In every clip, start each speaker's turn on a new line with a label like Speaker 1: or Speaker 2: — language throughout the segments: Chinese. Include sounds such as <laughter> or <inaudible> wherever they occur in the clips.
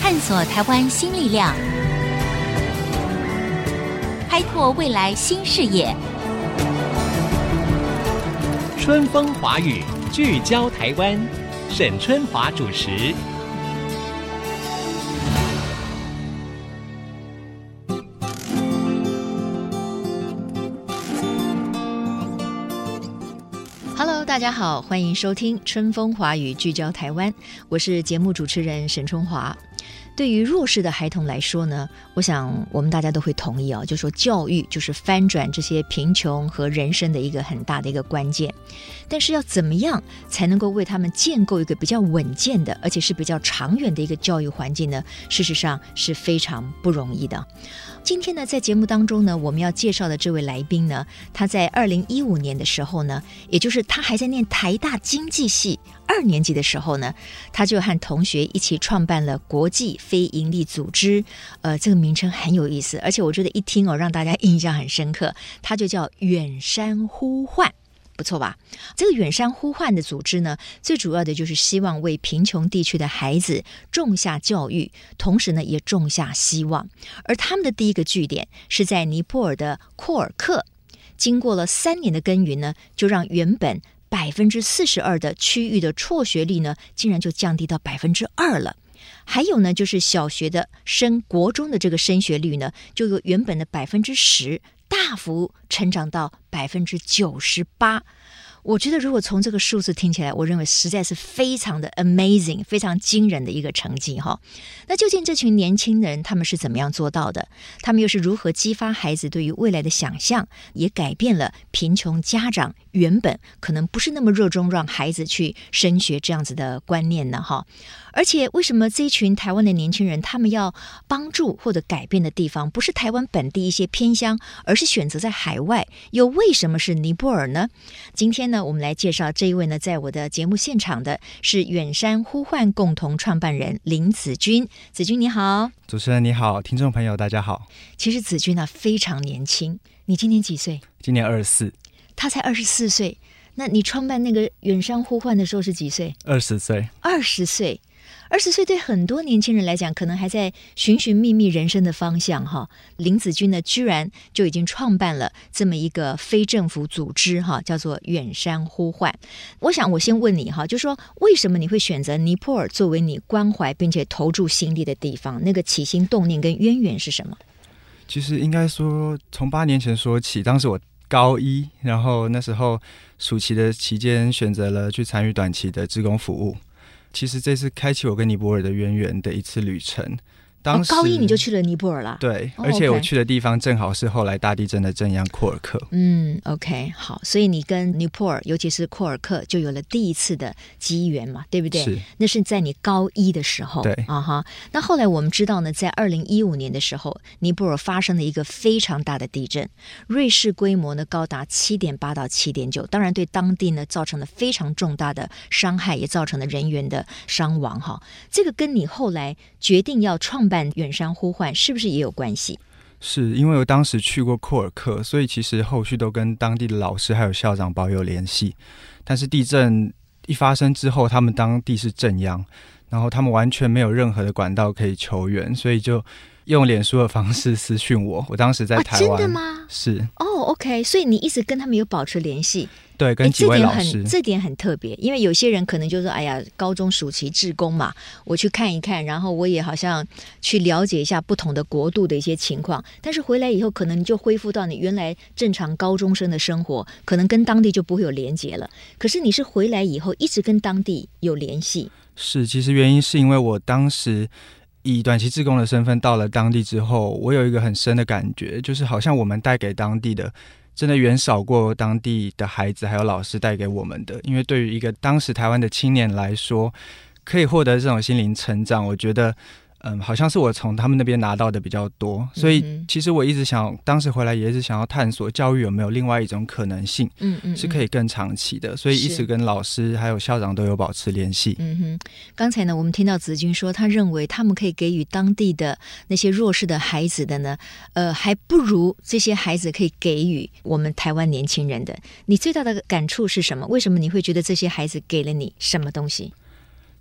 Speaker 1: 探索台湾新力量，开拓未来新视野。
Speaker 2: 春风华语聚焦台湾，沈春华主持。
Speaker 3: Hello，大家好，欢迎收听《春风华语》，聚焦台湾，我是节目主持人沈春华。对于弱势的孩童来说呢，我想我们大家都会同意啊、就说教育就是翻转这些贫穷和人生的一个很大的一个关键。但是要怎么样才能够为他们建构一个比较稳健的，而且是比较长远的一个教育环境呢？事实上是非常不容易的。今天呢，在节目当中呢，我们要介绍的这位来宾呢，他在二零一五年的时候呢，也就是他还在念台大经济系二年级的时候呢，他就和同学一起创办了国际非营利组织，呃，这个名称很有意思，而且我觉得一听哦，让大家印象很深刻，它就叫远山呼唤。不错吧？这个远山呼唤的组织呢，最主要的就是希望为贫穷地区的孩子种下教育，同时呢也种下希望。而他们的第一个据点是在尼泊尔的库尔克，经过了三年的耕耘呢，就让原本百分之四十二的区域的辍学率呢，竟然就降低到百分之二了。还有呢，就是小学的升国中的这个升学率呢，就由原本的百分之十大幅成长到百分之九十八。我觉得，如果从这个数字听起来，我认为实在是非常的 amazing，非常惊人的一个成绩哈。那究竟这群年轻人他们是怎么样做到的？他们又是如何激发孩子对于未来的想象，也改变了贫穷家长原本可能不是那么热衷让孩子去升学这样子的观念呢？哈，而且为什么这一群台湾的年轻人他们要帮助或者改变的地方，不是台湾本地一些偏乡，而是选择在海外？又为什么是尼泊尔呢？今天呢，我们来介绍这一位呢，在我的节目现场的是远山呼唤共同创办人林子君。子君你好，
Speaker 4: 主持人你好，听众朋友大家好，
Speaker 3: 其实子君呢、非常年轻，你今年几岁？
Speaker 4: 今年二十四，
Speaker 3: 他才二十四岁。那你创办那个远山呼唤的时候是几岁？
Speaker 4: 二十岁，
Speaker 3: 二十岁。二十岁对很多年轻人来讲，可能还在寻寻觅觅人生的方向哈。林子君呢，居然就已经创办了这么一个非政府组织哈，叫做远山呼唤。我想我先问你哈，就说为什么你会选择尼泊尔作为你关怀并且投注心力的地方？那个起心动念跟渊源是什么？
Speaker 4: 其实应该说从八年前说起，当时我高一，然后那时候暑期的期间选择了去参与短期的志工服务。其实这是开启我跟尼泊尔的渊源的一次旅程。当
Speaker 3: 哦，
Speaker 4: 时、
Speaker 3: 高一你就去了尼泊尔啦？
Speaker 4: 对，
Speaker 3: 哦
Speaker 4: 而且我
Speaker 3: OK
Speaker 4: 去的地方正好是后来大地震的震央库尔克。
Speaker 3: 嗯，OK，好，所以你跟尼泊尔，尤其是库尔克，就有了第一次的机缘嘛，对不对？
Speaker 4: 是
Speaker 3: 那是在你高一的时候，
Speaker 4: 对
Speaker 3: 啊哈。那后来我们知道呢，在二零一五年的时候，尼泊尔发生了一个非常大的地震，瑞士规模呢高达七点八到七点九，当然对当地呢造成了非常重大的伤害，也造成了人员的伤亡哈。这个跟你后来决定要创办远山呼唤，是不是也有关系？
Speaker 4: 是因为我当时去过库尔克，所以其实后续都跟当地的老师还有校长保有联系。但是地震一发生之后，他们当地是震央，然后他们完全没有任何的管道可以求援，所以就用脸书的方式私讯我。我当时在
Speaker 3: 啊，
Speaker 4: 台
Speaker 3: 真
Speaker 4: 湾，
Speaker 3: 的吗？
Speaker 4: 是
Speaker 3: 哦、o k 所以你一直跟他们有保持联系，
Speaker 4: 对，跟
Speaker 3: 诶
Speaker 4: 几位老
Speaker 3: 这点
Speaker 4: 师
Speaker 3: 很这点很特别，因为有些人可能就说，哎呀，高中暑期志工嘛，我去看一看，然后我也好像去了解一下不同的国度的一些情况，但是回来以后，可能你就恢复到你原来正常高中生的生活，可能跟当地就不会有连结了。可是你是回来以后一直跟当地有联系，
Speaker 4: 是，其实原因是因为我当时以短期志工的身份到了当地之后，我有一个很深的感觉，就是好像我们带给当地的，真的远少过当地的孩子还有老师带给我们的。因为对于一个当时台湾的青年来说，可以获得这种心灵成长，我觉得。嗯，好像是我从他们那边拿到的比较多，所
Speaker 3: 嗯
Speaker 4: 以
Speaker 3: 哼
Speaker 4: 其实我一直想，当时回来也是想要探索教育有没有另外一种可能性
Speaker 3: 嗯嗯，
Speaker 4: 是可
Speaker 3: 以。
Speaker 4: 以更长期的，所以一
Speaker 3: 是
Speaker 4: 直跟老师还有校长都有保持联系。
Speaker 3: 嗯哼，刚才呢，我们听到子君说，他认为他们可以给予当地的那些弱势的孩子的呢，呃，还不如这些孩子可以给予我们台湾年轻人的。你最大的感触是什么？为什么你会觉得这些孩子给了你什么东西？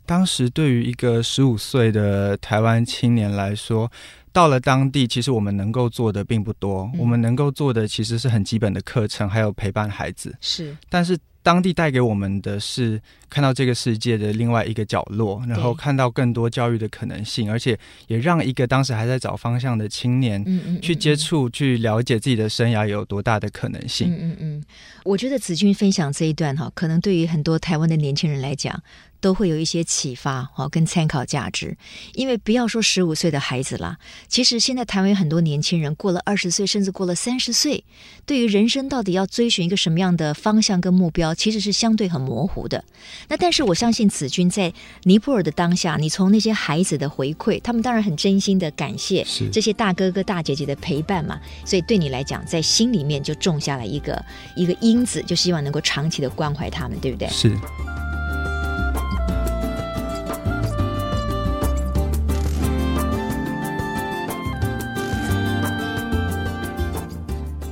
Speaker 4: 当时对于一个十五岁的台湾青年来说，到了当地，其实我们能够做的并不多，
Speaker 3: 嗯
Speaker 4: 我们能够做的其实是很基本的课程，还有陪伴孩子。
Speaker 3: 是
Speaker 4: 但是当地带给我们的是看到这个世界的另外一个角落，然后
Speaker 3: 对
Speaker 4: 看到更多教育的可能性，而且也让一个当时还在找方向的青年
Speaker 3: 嗯嗯，
Speaker 4: 去
Speaker 3: 嗯
Speaker 4: 接。触、去了解自己的生涯有多大的可能性。
Speaker 3: 嗯嗯嗯，我觉得子君分享这一段哈，可能对于很多台湾的年轻人来讲，都会有一些启发哈，跟参考价值。因为不要说十五岁的孩子啦，其实现在台湾有很多年轻人过了二十岁，甚至过了三十岁，对于人生到底要追寻一个什么样的方向跟目标，其实是相对很模糊的。那但是我相信子君在尼泊尔的当下，你从那些孩子的回馈，他们当然很真心的感谢
Speaker 4: 是
Speaker 3: 这些大哥哥大姐姐的陪伴嘛，所以对你来讲，在心里面就种下了一个一个因子，就希望能够长期的关怀他们，对不对？
Speaker 4: 是，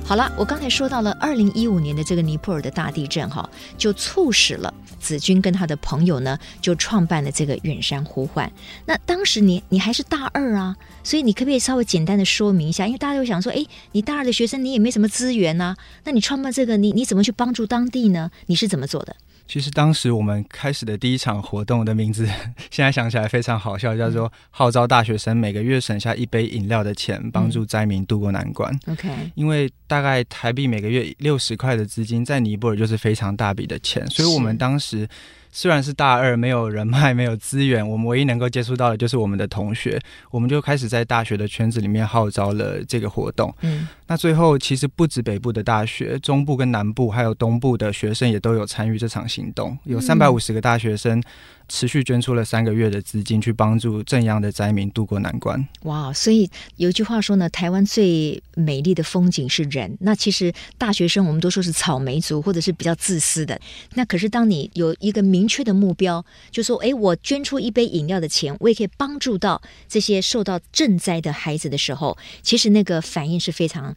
Speaker 3: 好了，我刚才说到了二零一五年的这个尼泊尔的大地震哈，就促使了子君跟他的朋友呢，就创办了这个远山呼唤。那当时你你还是大二啊，所以你可不可以稍微简单的说明一下？因为大家都想说，哎，你大二的学生你也没什么资源呐、那你创办这个你你怎么去帮助当地呢？你是怎么做的？
Speaker 4: 其实当时我们开始的第一场活动的名字， <laughs> 现在想起来非常好笑，叫做“号召大学生每个月省下一杯饮料的钱，帮助灾民渡过难关”。
Speaker 3: OK，
Speaker 4: 因为大概台币每个月六十块的资金，在尼泊尔就是非常大笔的钱，所以我们当时虽然是大二，没有人脉，没有资源，我们唯一能够接触到的就是我们的同学，我们就开始在大学的圈子里面号召了这个活动。
Speaker 3: 嗯，
Speaker 4: 那最后，其实不止北部的大学，中部跟南部还有东部的学生也都有参与这场行动，
Speaker 3: 嗯
Speaker 4: 有三百五十个大学生持续捐出了三个月的资金，去帮助正阳的灾民渡过难关。
Speaker 3: 哇，所以有一句话说呢，台湾最美丽的风景是人。那其实大学生我们都说是草莓族，或者是比较自私的。那可是当你有一个明确的目标，就说，诶，我捐出一杯饮料的钱，我也可以帮助到这些受到赈灾的孩子的时候，其实那个反应是非常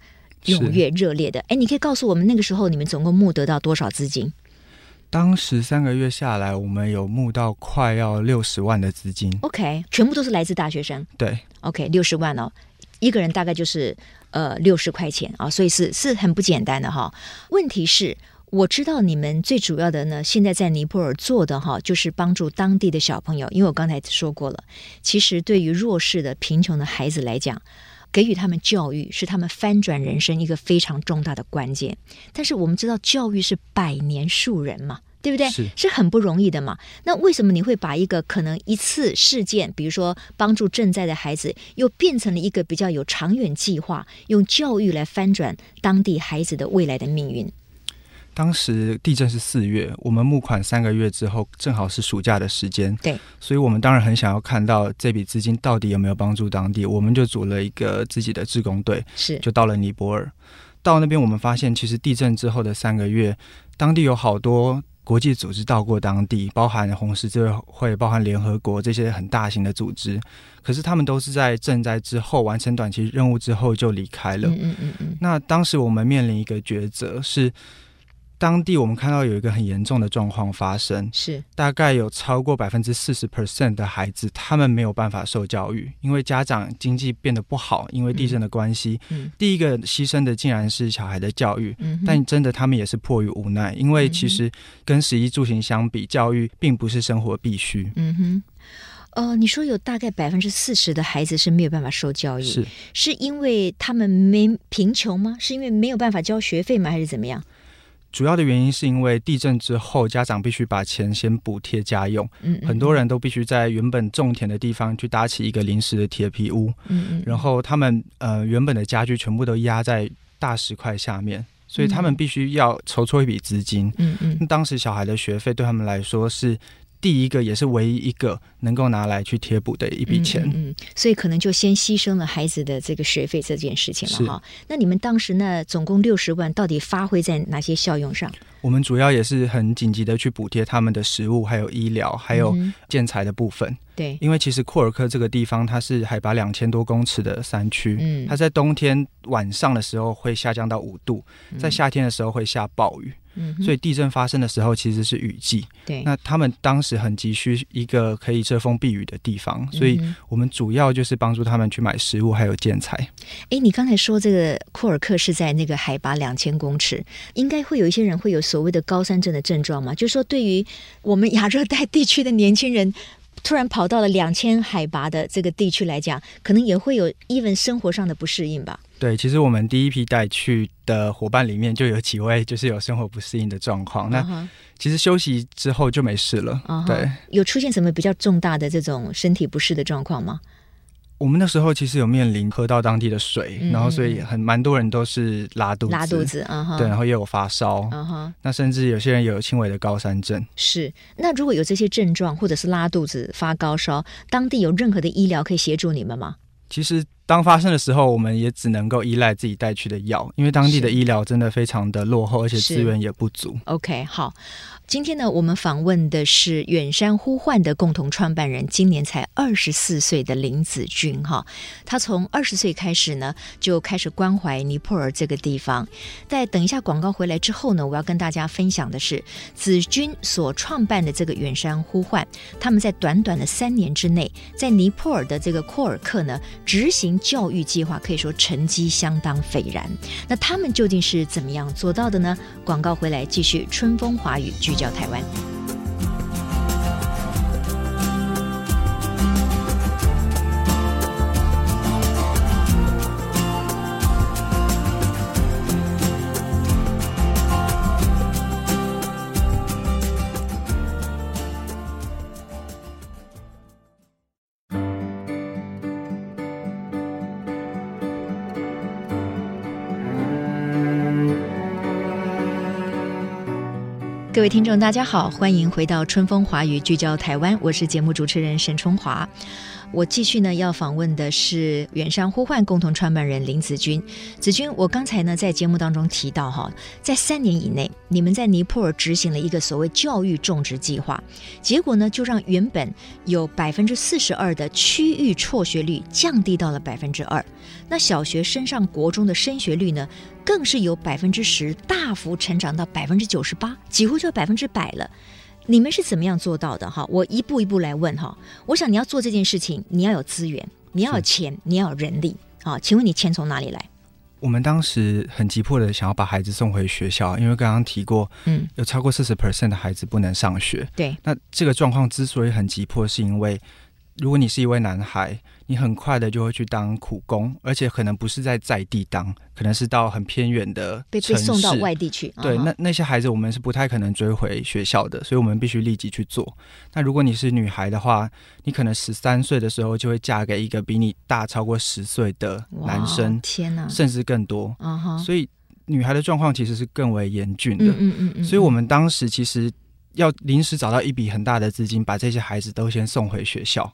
Speaker 3: 踊跃热烈的。诶，你可以告诉我们那个时候你们总共募得到多少资金？
Speaker 4: 当时三个月下来，我们有募到快要六十万的资金，
Speaker 3: OK，全部都是来自大学生。
Speaker 4: 对，
Speaker 3: OK，六十万哦，一个人大概就是呃六十块钱啊、所以是是很不简单的哈。问题是，我知道你们最主要的呢，现在在尼泊尔做的哈，就是帮助当地的小朋友，因为我刚才说过了，其实对于弱势的、贫穷的孩子来讲。给予他们教育是他们翻转人生一个非常重大的关键，但是我们知道教育是百年树人嘛，对不对？
Speaker 4: 是
Speaker 3: 很不容易的嘛。那为什么你会把一个可能一次事件，比如说帮助正在的孩子，又变成了一个比较有长远计划，用教育来翻转当地孩子的未来的命运？
Speaker 4: 当时地震是四月，我们募款三个月之后，正好是暑假的时间。
Speaker 3: 对，
Speaker 4: 所以我们当然很想要看到这笔资金到底有没有帮助当地，我们就组了一个自己的志工队，
Speaker 3: 是
Speaker 4: 就到了尼泊尔。到那边，我们发现其实地震之后的三个月，当地有好多国际组织到过当地，包含红十字会、包含联合国这些很大型的组织。可是他们都是在赈灾之后完成短期任务之后就离开了。
Speaker 3: 嗯嗯嗯嗯，
Speaker 4: 那当时我们面临一个抉择是。当地我们看到有一个很严重的状况发生，
Speaker 3: 是
Speaker 4: 大概有超过百分之四十 percent 的孩子，他们没有办法受教育，因为家长经济变得不好，因为地震的关系。
Speaker 3: 嗯
Speaker 4: 第一个牺牲的竟然是小孩的教育，
Speaker 3: 嗯哼，
Speaker 4: 但真的他们也是迫于无奈，因为其
Speaker 3: 嗯
Speaker 4: 实跟食衣住行相比，教育并不是生活必须。
Speaker 3: 嗯哼。呃，你说有大概百分之四十的孩子是没有办法受教育，
Speaker 4: 是
Speaker 3: 是因为他们没贫穷吗？是因为没有办法交学费吗？还是怎么样？
Speaker 4: 主要的原因是因为地震之后，家长必须把钱先补贴家用，
Speaker 3: 嗯，嗯
Speaker 4: 很多，人都必须在原本种田的地方去搭起一个临时的铁皮屋，
Speaker 3: 嗯嗯，
Speaker 4: 然后他们呃原本的家具全部都压在大石块下面，所以他们
Speaker 3: 嗯
Speaker 4: 必须要筹措一笔资金。
Speaker 3: 嗯嗯
Speaker 4: 那当时小孩的学费对他们来说是第一个也是唯一一个能够拿来去贴补的一笔钱。
Speaker 3: 嗯嗯嗯所以可能就先牺牲了孩子的这个学费这件事情
Speaker 4: 是
Speaker 3: 了哈。那你们当时呢，总共六十万，到底发挥在哪些效用上？
Speaker 4: 我们主要也是很紧急的去补贴他们的食物、还有医疗、还有
Speaker 3: 嗯哼
Speaker 4: 建材的部分。
Speaker 3: 对，
Speaker 4: 因为其实库尔克这个地方它是海拔两千多公尺的山区，
Speaker 3: 嗯
Speaker 4: 它在冬天晚上的时候会下降到五度，在夏天的时候会下暴雨，
Speaker 3: 嗯哼，
Speaker 4: 所以地震发生的时候其实是雨季。
Speaker 3: 对，
Speaker 4: 那他们当时很急需一个可以遮风避雨的地方，所以
Speaker 3: 嗯
Speaker 4: 我们主要就是帮助他们去买食物还有建材。
Speaker 3: 诶，哎你刚才说这个库尔克是在那个海拔两千公尺，应该会有一些人会有所谓的高山症的症状嘛？就是说，对于我们亚热带地区的年轻人，突然跑到了两千海拔的这个地区来讲，可能也会有 even 生活上的不适应吧？
Speaker 4: 对，其实我们第一批带去的伙伴里面就有几位就是有生活不适应的状况，
Speaker 3: 啊
Speaker 4: 那
Speaker 3: 哈
Speaker 4: 其实休息之后就没事了。
Speaker 3: 啊哈
Speaker 4: 对，
Speaker 3: 有出现什么比较重大的这种身体不适的状况吗？
Speaker 4: 我们那时候其实有面临喝到当地的水，
Speaker 3: 嗯
Speaker 4: 然后所以很蛮多人都是拉肚子，
Speaker 3: 拉肚，子啊哈，
Speaker 4: 对，然后也有发烧，
Speaker 3: 啊哈。
Speaker 4: 那甚至有些人有轻微的高山症。
Speaker 3: 是，那如果有这些症状，或者是拉肚子、发高烧，当地有任何的医疗可以协助你们吗？
Speaker 4: 其实当发生的时候，我们也只能够依赖自己带去的药，因为当地的
Speaker 3: 是
Speaker 4: 医疗真的非常的落后，而且
Speaker 3: 是
Speaker 4: 资源也不足。
Speaker 3: OK，好，今天呢，我们访问的是远山呼唤的共同创办人，今年才二十四岁的林子君哈。他从二十岁开始呢，就开始关怀尼泊尔这个地方。在等一下广告回来之后呢，我要跟大家分享的是子君所创办的这个远山呼唤，他们在短短的三年之内，在尼泊尔的这个库尔克呢，执行教育计划，可以说成绩相当斐然。那他们究竟是怎么样做到的呢？广告回来继续，春风华语聚焦台湾。各位听众，大家好，欢迎回到春风华语聚焦台湾，我是节目主持人沈春华。我继续呢要访问的是远山呼唤共同创办人林子君。子君，我刚才呢在节目当中提到哈，在三年以内，你们在尼泊尔执行了一个所谓教育种植计划，结果呢就让原本有百分之四十二的区域辍学率降低到了百分之二，那小学升上国中的升学率呢更是由百分之十大幅成长到百分之九十八，几乎就百分之百了。你们是怎么样做到的？哈，我一步一步来问哈。我想你要做这件事情，你要有资源，你要有钱，你要有人力。啊，请问你钱从哪里来？
Speaker 4: 我们当时很急迫的想要把孩子送回学校，因为刚刚提过，
Speaker 3: 嗯，
Speaker 4: 有超过四十 percent 的孩子不能上学。
Speaker 3: 对，
Speaker 4: 那这个状况之所以很急迫，是因为如果你是一位男孩，你很快的就会去当苦工，而且可能不是在在地当，可能是到很偏远的
Speaker 3: 被被
Speaker 4: 城
Speaker 3: 送到
Speaker 4: 市
Speaker 3: 外地去。
Speaker 4: 对，
Speaker 3: 啊哈
Speaker 4: 那那些孩子我们是不太可能追回学校的，所以我们必须立即去做。那如果你是女孩的话，你可能十三岁的时候就会嫁给一个比你大超过十岁的
Speaker 3: 哇
Speaker 4: 男生，
Speaker 3: 天哪，
Speaker 4: 甚至更多。
Speaker 3: 啊哈，
Speaker 4: 所以女孩的状况其实是更为严峻的。
Speaker 3: 嗯嗯嗯嗯，
Speaker 4: 所以我们当时其实要临时找到一笔很大的资金，把这些孩子都先送回学校。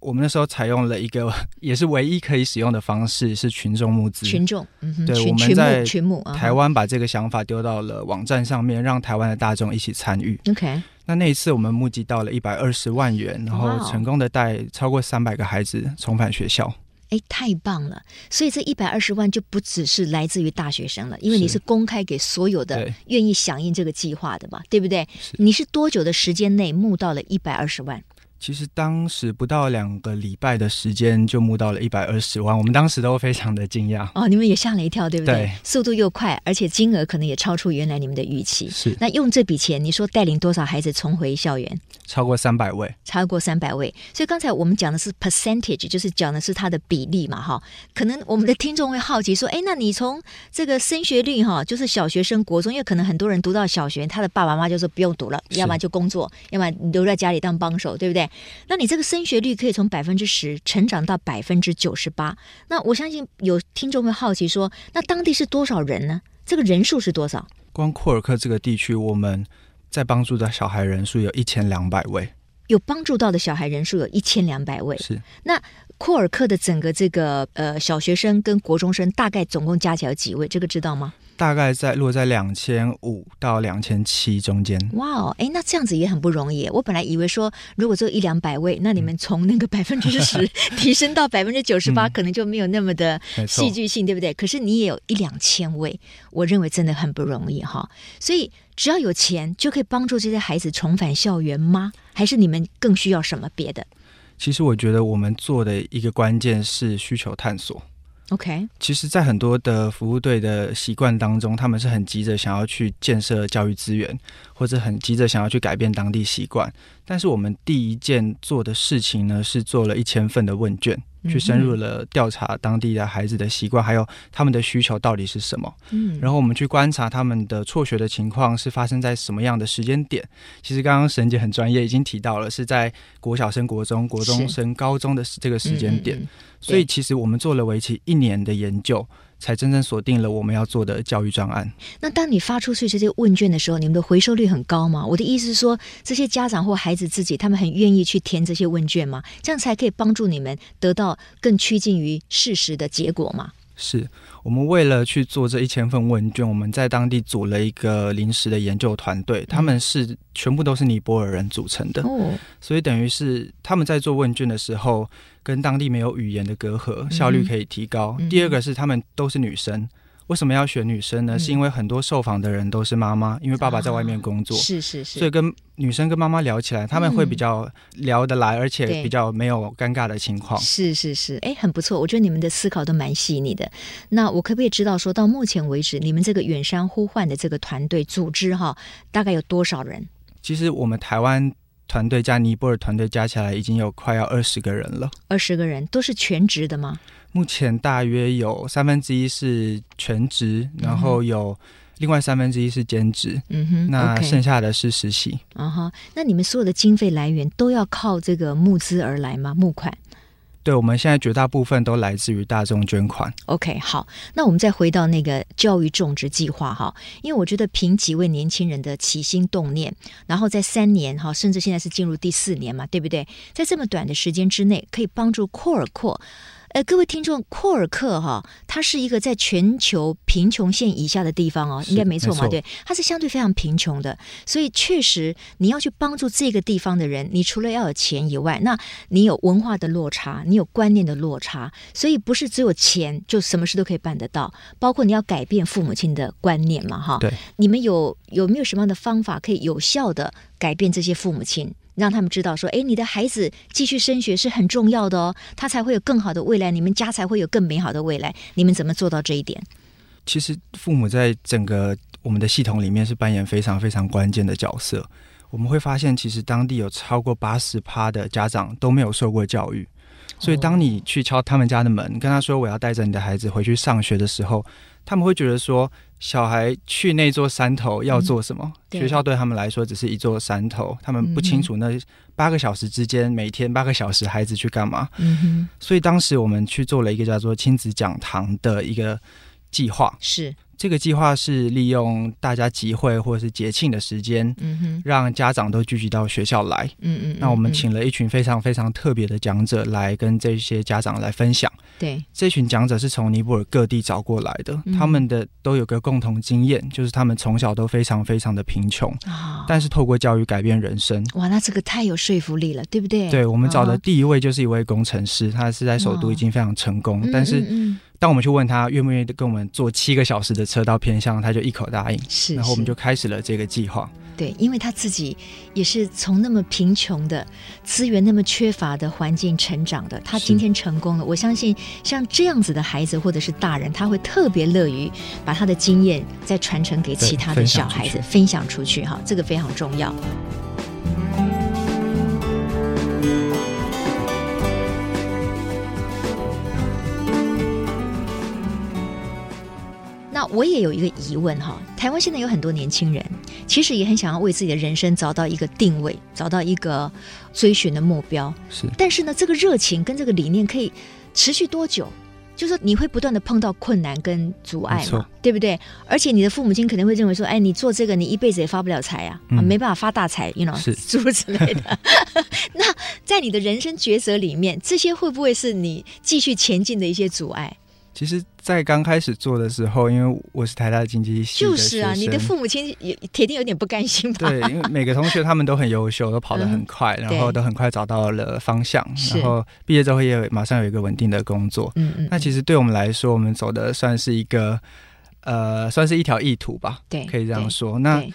Speaker 4: 我们那时候采用了一个 <laughs> 也是唯一可以使用的方式，是群众募资。
Speaker 3: 群众，嗯哼，
Speaker 4: 对
Speaker 3: 群
Speaker 4: 我们
Speaker 3: 群
Speaker 4: 在
Speaker 3: 募群募啊哈，
Speaker 4: 台湾把这个想法丢到了网站上面，让台湾的大众一起参与。
Speaker 3: OK，
Speaker 4: 那那一次，我们募集到了一百二十万元，然
Speaker 3: 哇
Speaker 4: 后
Speaker 3: 哦
Speaker 4: 成功的带超过三百个孩子重返学校。
Speaker 3: 哎，太棒了！所以这一百二十万就不只是来自于大学生了，因为你
Speaker 4: 是
Speaker 3: 是公开给所有的
Speaker 4: 对
Speaker 3: 愿意响应这个计划的嘛，对不对？你是多久的时间内募到了一百二十万？
Speaker 4: 其实当时不到两个礼拜的时间就募到了一百二十万，我们当时都非常的惊讶。
Speaker 3: 哦，你们也吓了一跳，对不对？
Speaker 4: 对
Speaker 3: 速度又快，而且金额可能也超出原来你们的预期。
Speaker 4: 是
Speaker 3: 那用这笔钱，你说带领多少孩子重回校园？
Speaker 4: 超过三百位，
Speaker 3: 超过三百位，所以刚才我们讲的是 percentage，就是讲的是它的比例嘛，哈。可能我们的听众会好奇说，哎，那你从这个升学率哈，就是小学生、国中，因为可能很多人读到小学，他的爸爸妈妈就说不用读了，
Speaker 4: 是
Speaker 3: 要么就工作，要么留在家里当帮手，对不对？那你这个升学率可以从百分之十成长到百分之九十八，那我相信有听众会好奇说，那当地是多少人呢？这个人数是多少？
Speaker 4: 光库尔克这个地区，我们在帮助的小孩人数有一千两百位。
Speaker 3: 有帮助到的小孩人数有一千两百位，
Speaker 4: 是
Speaker 3: 那库尔克的整个这个呃小学生跟国中生大概总共加起来有几位？这个知道吗？
Speaker 4: 大概在落在两千五到两千七中间。
Speaker 3: 哇哦，哎，那这样子也很不容易耶。我本来以为说，如果只有一两百位，那你
Speaker 4: 嗯
Speaker 3: 们从那个百分之
Speaker 4: <laughs>
Speaker 3: 十提升到百分之九十八，可能就没有那么的
Speaker 4: 没错
Speaker 3: 戏剧性，对不对？可是你也有一两千位，我认为真的很不容易哈。所以只要有钱就可以帮助这些孩子重返校园吗？还是你们更需要什么别的
Speaker 4: 其实我觉得我们做的一个关键是需求探索。
Speaker 3: ？OK，
Speaker 4: 其实，在很多的服务队的习惯当中，他们是很急着想要去建设教育资源，或者很急着想要去改变当地习惯。但是，我们第一件做的事情呢，是做了一千份的问卷，去深入了调查当地的孩子的习惯，还有他们的需求到底是什么。
Speaker 3: 嗯，
Speaker 4: 然后我们去观察他们的辍学的情况是发生在什么样的时间点。其实刚刚沈姐很专业，已经提到了是在国小升国中、国中
Speaker 3: 是
Speaker 4: 升高中的这个时间点
Speaker 3: 嗯。嗯嗯
Speaker 4: 所以其实我们做了为期一年的研究，才真正锁定了我们要做的教育专案。
Speaker 3: 那当你发出去这些问卷的时候，你们的回收率很高吗？我的意思是说，这些家长或孩子自己，他们很愿意去填这些问卷吗？这样才可以帮助你们得到更趋近于事实的结果嘛？
Speaker 4: 是我们为了去做这一千份问卷，我们在当地组了一个临时的研究团队，
Speaker 3: 嗯
Speaker 4: 他们是全部都是尼泊尔人组成的，
Speaker 3: 哦，
Speaker 4: 所以等于是他们在做问卷的时候，跟当地没有语言的隔阂，效率可以提高。
Speaker 3: 嗯嗯哼
Speaker 4: 第二个是他们都是女生，为什么要选女生
Speaker 3: 嗯
Speaker 4: 呢？
Speaker 3: 啊
Speaker 4: 是因为很多受访的人都是妈妈，因为爸爸在外面工作，
Speaker 3: 是是
Speaker 4: 所以
Speaker 3: 是，
Speaker 4: 跟女生跟妈妈聊起来，他们会比较聊得来，而
Speaker 3: 对
Speaker 4: 且比较没有尴尬的情况。
Speaker 3: 是是是，哎，很不错，我觉得你们的思考都蛮细腻的。那我可不可以知道说，到目前为止，你们这个远山呼唤的这个团队组织哈，大概有多少人？
Speaker 4: 其实我们台湾团队加尼泊尔团队加起来已经有快要二十个人了，
Speaker 3: 二十个人都是全职的吗？
Speaker 4: 目前大约有三分之一是全职，
Speaker 3: 嗯哼
Speaker 4: 然后有另外三分之一是兼职，
Speaker 3: 嗯哼，
Speaker 4: 那
Speaker 3: OK
Speaker 4: 剩下的是实习。
Speaker 3: 啊哈，那你们所有的经费来源都要靠这个募资而来吗？募款
Speaker 4: 对，我们现在绝大部分都来自于大众捐款。
Speaker 3: ？OK，好，那我们再回到那个教育种植计划哈，因为我觉得凭几位年轻人的起心动念，然后在三年哈，甚至现在是进入第四年嘛，对不对？在这么短的时间之内，可以帮助库尔克。呃，各位听众，库尔克哈、它是一个在全球贫穷线以下的地方哦，
Speaker 4: 是
Speaker 3: 应该没错嘛，
Speaker 4: 没错
Speaker 3: 对，它是相对非常贫穷的，所以确实你要去帮助这个地方的人，你除了要有钱以外，那你有文化的落差，你有观念的落差，所以不是只有钱就什么事都可以办得到，包括你要改变父母亲的观念嘛，哈，
Speaker 4: 对，
Speaker 3: 你们有有没有什么样的方法可以有效的改变这些父母亲？让他们知道说，诶，你的孩子继续升学是很重要的哦，他才会有更好的未来，你们家才会有更美好的未来。你们怎么做到这一点？
Speaker 4: 其实父母在整个我们的系统里面是扮演非常非常关键的角色。我们会发现，其实当地有超过八十趴的家长都没有受过教育，所以当你去敲他们家的门，
Speaker 3: 哦
Speaker 4: 跟他说我要带着你的孩子回去上学的时候，他们会觉得说，小孩去那座山头要做什么？
Speaker 3: 嗯对
Speaker 4: 学校对他们来说只是一座山头，他们不
Speaker 3: 嗯
Speaker 4: 清
Speaker 3: 哼
Speaker 4: 楚那八个小时之间，每天八个小时孩子去干嘛。
Speaker 3: 嗯哼，
Speaker 4: 所以当时我们去做了一个叫做亲子讲堂的一个计划。
Speaker 3: 是，
Speaker 4: 这个计划是利用大家集会或者是节庆的时间，
Speaker 3: 嗯哼，
Speaker 4: 让家长都聚集到学校来。
Speaker 3: 嗯嗯。
Speaker 4: 那我们
Speaker 3: 嗯
Speaker 4: 请了一群非常非常特别的讲者来跟这些家长来分享。
Speaker 3: 对，
Speaker 4: 这群讲者是从尼泊尔各地找过来的
Speaker 3: 嗯，
Speaker 4: 他们的都有个共同经验，就是他们从小都非常非常的贫穷，
Speaker 3: 啊、
Speaker 4: 但是透过教育改变人生。
Speaker 3: 哇，那这个太有说服力了，对不对？
Speaker 4: 对我们找的
Speaker 3: 啊
Speaker 4: 第一位就是一位工程师，他是在首都已经非常成功
Speaker 3: 嗯，
Speaker 4: 但是
Speaker 3: 嗯嗯
Speaker 4: 当我们去问他愿不愿意跟我们坐七个小时的车到偏乡，他就一口答应。
Speaker 3: 是，
Speaker 4: 然后我们
Speaker 3: 是
Speaker 4: 就开始了这个计划。
Speaker 3: 对，因为他自己也是从那么贫穷的资源、那么缺乏的环境成长的，他
Speaker 4: 是
Speaker 3: 今天成功了。我相信像这样子的孩子或者是大人，他会特别乐于把他的经验再传承给
Speaker 4: 对
Speaker 3: 其他的
Speaker 4: 分
Speaker 3: 小
Speaker 4: 享出
Speaker 3: 孩子，
Speaker 4: 去
Speaker 3: 分享出去哈，这个非常重要。那我也有一个疑问哈，台湾现在有很多年轻人，其实也很想要为自己的人生找到一个定位，找到一个追寻的目标。
Speaker 4: 是
Speaker 3: 但是呢，这个热情跟这个理念可以持续多久？就是说你会不断的碰到困难跟阻碍
Speaker 4: 没
Speaker 3: 嘛
Speaker 4: 错，
Speaker 3: 对不对？而且你的父母亲可能会认为说，哎，你做这个你一辈子也发不了财啊，
Speaker 4: 嗯
Speaker 3: 啊没办法发大财，you know，
Speaker 4: 是
Speaker 3: <laughs> 诸如此类
Speaker 4: <laughs>
Speaker 3: 的。那在你的人生抉择里面，这些会不会是你继续前进的一些阻碍？
Speaker 4: 其实，在刚开始做的时候，因为我是台大经济系
Speaker 3: 就
Speaker 4: 学
Speaker 3: 是啊，
Speaker 4: 生
Speaker 3: 你的父母亲也铁定有点不甘心吧？
Speaker 4: 对， <laughs> 因为每个同学他们都很优秀，都跑得很快，然后
Speaker 3: 嗯对
Speaker 4: 都很快找到了方向，
Speaker 3: 是
Speaker 4: 然后毕业之后也有马上有一个稳定的工作。
Speaker 3: 嗯嗯，
Speaker 4: 那其实对我们来说，我们走的算是一个呃，算是一条意图吧，
Speaker 3: 对
Speaker 4: 可以这样
Speaker 3: 对
Speaker 4: 说。那
Speaker 3: 对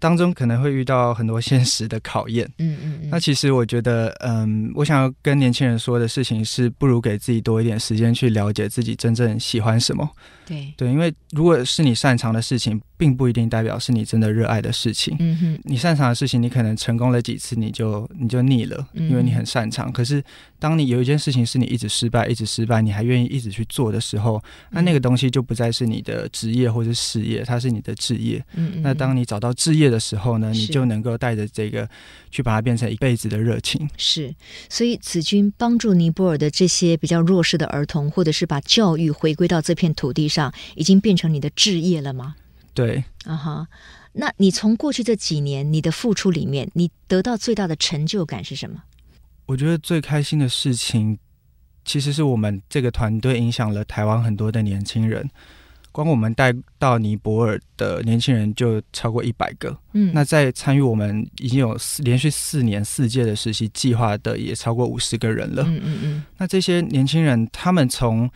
Speaker 4: 当中可能会遇到很多现实的考验。
Speaker 3: 嗯嗯
Speaker 4: 那
Speaker 3: 嗯，
Speaker 4: 其实我觉得，嗯，我想要跟年轻人说的事情是，不如给自己多一点时间去了解自己真正喜欢什么。
Speaker 3: 对，
Speaker 4: 对，因为如果是你擅长的事情，并不一定代表是你真的热爱的事情。
Speaker 3: 嗯哼，
Speaker 4: 你擅长的事情，你可能成功了几次，你就你就腻了，
Speaker 3: 嗯
Speaker 4: 因为你很擅长。可是，当你有一件事情是你一直失败、一直失败，你还愿意一直去做的时候，那
Speaker 3: 嗯
Speaker 4: 那个东西就不再是你的职业或者事业，它是你的置业。
Speaker 3: 嗯嗯，
Speaker 4: 那当
Speaker 3: 你
Speaker 4: 你找到置业的时候呢，
Speaker 3: 是
Speaker 4: 你就能够带着这个去把它变成一辈子的热情。
Speaker 3: 是，所以子君帮助尼泊尔的这些比较弱势的儿童，或者是把教育回归到这片土地上，已经变成你的置业了吗？
Speaker 4: 对，
Speaker 3: 啊哈，那你从过去这几年你的付出里面，你得到最大的成就感是什么？
Speaker 4: 我觉得最开心的事情，其实是我们这个团队影响了台湾很多的年轻人。光我们带到尼泊尔的年轻人就超过一百个，
Speaker 3: 嗯，
Speaker 4: 那在参与我们已经有四连续四年四届的实习计划的也超过五十个人了。
Speaker 3: 嗯嗯嗯，
Speaker 4: 那这些年轻人，他们从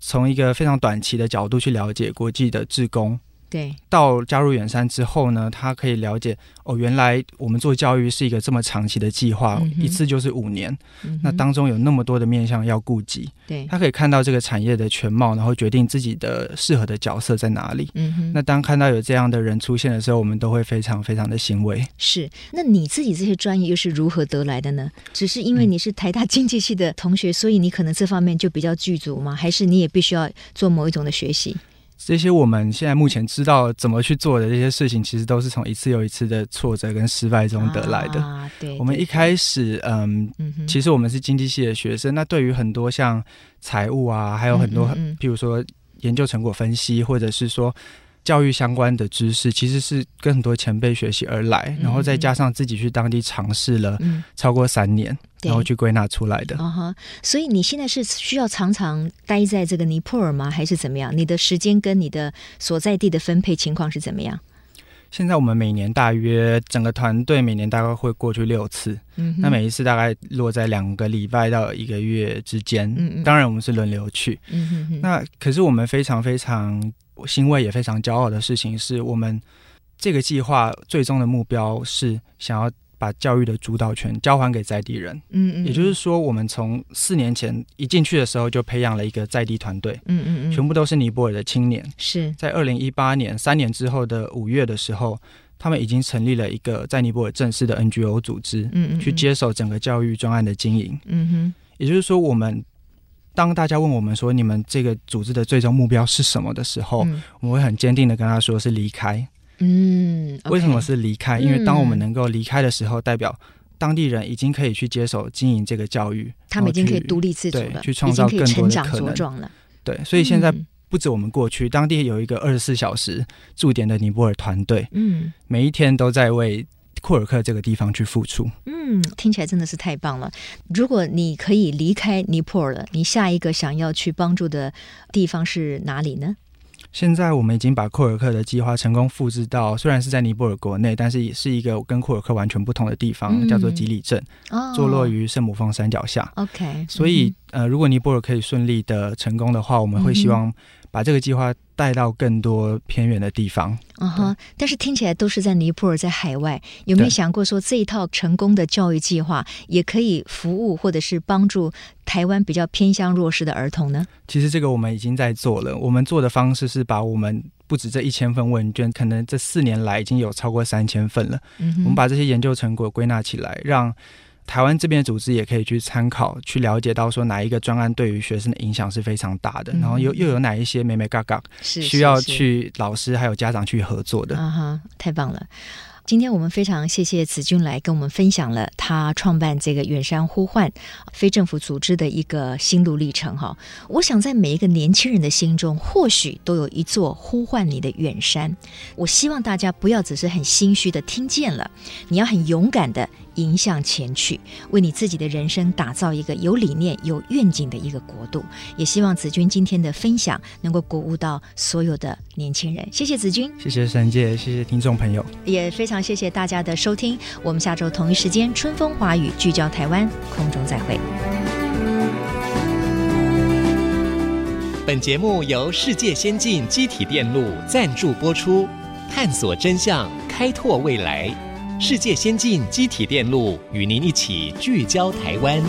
Speaker 4: 从一个非常短期的角度去了解国际的志工，
Speaker 3: 对，
Speaker 4: 到加入远山之后呢，他可以了解哦，原来我们做教育是一个这么长期的计划，
Speaker 3: 嗯哼
Speaker 4: 一次就是五年，
Speaker 3: 嗯
Speaker 4: 那
Speaker 3: 哼嗯
Speaker 4: 当中有那么多的面向要顾及，
Speaker 3: 对，
Speaker 4: 他可以看到这个产业的全貌，然后决定自己的适合的角色在哪里。
Speaker 3: 嗯哼，
Speaker 4: 那当看到有这样的人出现的时候，我们都会非常非常的欣慰。
Speaker 3: 是，那你自己这些专业又是如何得来的呢？只是因为
Speaker 4: 嗯
Speaker 3: 你是台大经济系的同学，所以你可能这方面就比较具足吗？还是你也必须要做某一种的学习？
Speaker 4: 这些我们现在目前知道怎么去做的这些事情，其实都是从一次又一次的挫折跟失败中得来的。
Speaker 3: 啊、对，
Speaker 4: 我们
Speaker 3: 对
Speaker 4: 一，开始，嗯，
Speaker 3: 嗯哼，
Speaker 4: 其
Speaker 3: 实
Speaker 4: 实我们是经济系的学生，那对于很多像财务啊，还有很多，
Speaker 3: 嗯嗯嗯
Speaker 4: 譬如说研究成果分析，或者是说教育相关的知识，其实是跟很多前辈学习而来，然后再加上自己去当地尝试了
Speaker 3: 嗯，
Speaker 4: 超过三年，
Speaker 3: 对
Speaker 4: 然后去归纳出来的。
Speaker 3: 啊哈，所以你现在是需要常常待在这个尼泊尔吗？还是怎么样？你的时间跟你的所在地的分配情况是怎么样？
Speaker 4: 现在我们每年大约整个团队每年大概会过去六次，
Speaker 3: 嗯哼，
Speaker 4: 那每一次大概落在两个礼拜到一个月之间。
Speaker 3: 嗯嗯
Speaker 4: 当然我们是轮流去。
Speaker 3: 嗯哼哼，
Speaker 4: 那可是我们非常非常欣慰也非常骄傲的事情是，我们这个计划最终的目标是想要把教育的主导权交还给在地人。
Speaker 3: 嗯嗯，
Speaker 4: 也就是说，我们从四年前一进去的时候就培养了一个在地团队，
Speaker 3: 嗯嗯嗯，
Speaker 4: 全部都是尼泊尔的青年。
Speaker 3: 是
Speaker 4: 在二零一八年三年之后的五月的时候，他们已经成立了一个在尼泊尔正式的 NGO 组织，
Speaker 3: 嗯嗯
Speaker 4: 去，接手整个教育专案的经营。
Speaker 3: 嗯嗯哼，
Speaker 4: 也就是说，我们当大家问我们说你们这个组织的最终目标是什么的时候，
Speaker 3: 嗯
Speaker 4: 我们会很坚定的跟他说是离开。
Speaker 3: 嗯，
Speaker 4: 为什么
Speaker 3: OK 嗯
Speaker 4: 是离开？因为当我们能够离开的时候，代表当地人已经可以去接手经营这个教育，
Speaker 3: 他们已经可以
Speaker 4: 哦然后去
Speaker 3: 独立自主
Speaker 4: 对
Speaker 3: 了，
Speaker 4: 去创
Speaker 3: 已
Speaker 4: 造
Speaker 3: 经可以
Speaker 4: 更
Speaker 3: 成
Speaker 4: 多的
Speaker 3: 长
Speaker 4: 可
Speaker 3: 茁
Speaker 4: 能
Speaker 3: 壮了。
Speaker 4: 对，所以现在
Speaker 3: 嗯
Speaker 4: 不止我们过去，当地有一个二十四小时驻点的尼泊尔团队，
Speaker 3: 嗯
Speaker 4: 每一天都在为库尔克这个地方去付出。
Speaker 3: 嗯，听起来真的是太棒了。如果你可以离开尼泊尔了，你下一个想要去帮助的地方是哪里呢？
Speaker 4: 现在我们已经把库尔克的计划成功复制到，虽然是在尼泊尔国内，但是也是一个跟库尔克完全不同的地方，
Speaker 3: 嗯
Speaker 4: 叫做吉里镇，
Speaker 3: 哦，嗯
Speaker 4: 坐落于圣母峰山脚下。
Speaker 3: OK，
Speaker 4: 所以，呃，如果尼泊尔可以顺利的成功的话，我们会
Speaker 3: 嗯
Speaker 4: 希望把这个计划带到更多偏远的地方。
Speaker 3: 嗯哼，但是听起来都是在尼泊尔，在海外，有没有
Speaker 4: 对
Speaker 3: 想过说这一套成功的教育计划也可以服务或者是帮助台湾比较偏向弱势的儿童呢？
Speaker 4: 其实这个我们已经在做了，我们做的方式是把我们不止这一千份问卷，可能这四年来已经有超过三千份了。
Speaker 3: 嗯
Speaker 4: 我
Speaker 3: 哼，
Speaker 4: 们把这些研究成果归纳起来，让台湾这边的组织也可以去参考，去了解到说哪一个专案对于学生的影响是非常大的，
Speaker 3: 嗯
Speaker 4: 然后又又有哪一些美美嘎嘎
Speaker 3: 是
Speaker 4: 需要。
Speaker 3: 是是
Speaker 4: 去老师还有家长去合作的。
Speaker 3: 啊哈，太棒了！今天我们非常谢谢子君来跟我们分享了他创办这个远山呼唤非政府组织的一个心路历程哈。我想在每一个年轻人的心中，或许都有一座呼唤你的远山。我希望大家不要只是很心虚的听见了，你要很勇敢的迎向前去，为你自己的人生打造一个有理念、有愿景的一个国度。也希望子君今天的分享能够鼓舞到所有的年轻人。谢谢子君。
Speaker 4: 谢谢沈姐，谢谢听众朋友。
Speaker 3: 也非常谢谢大家的收听，我们下周同一时间春风华语聚焦台湾，空中再会。
Speaker 2: 本节目由世界先进机体电路赞助播出，探索真相，开拓未来。世界先进机体电路与您一起聚焦台湾。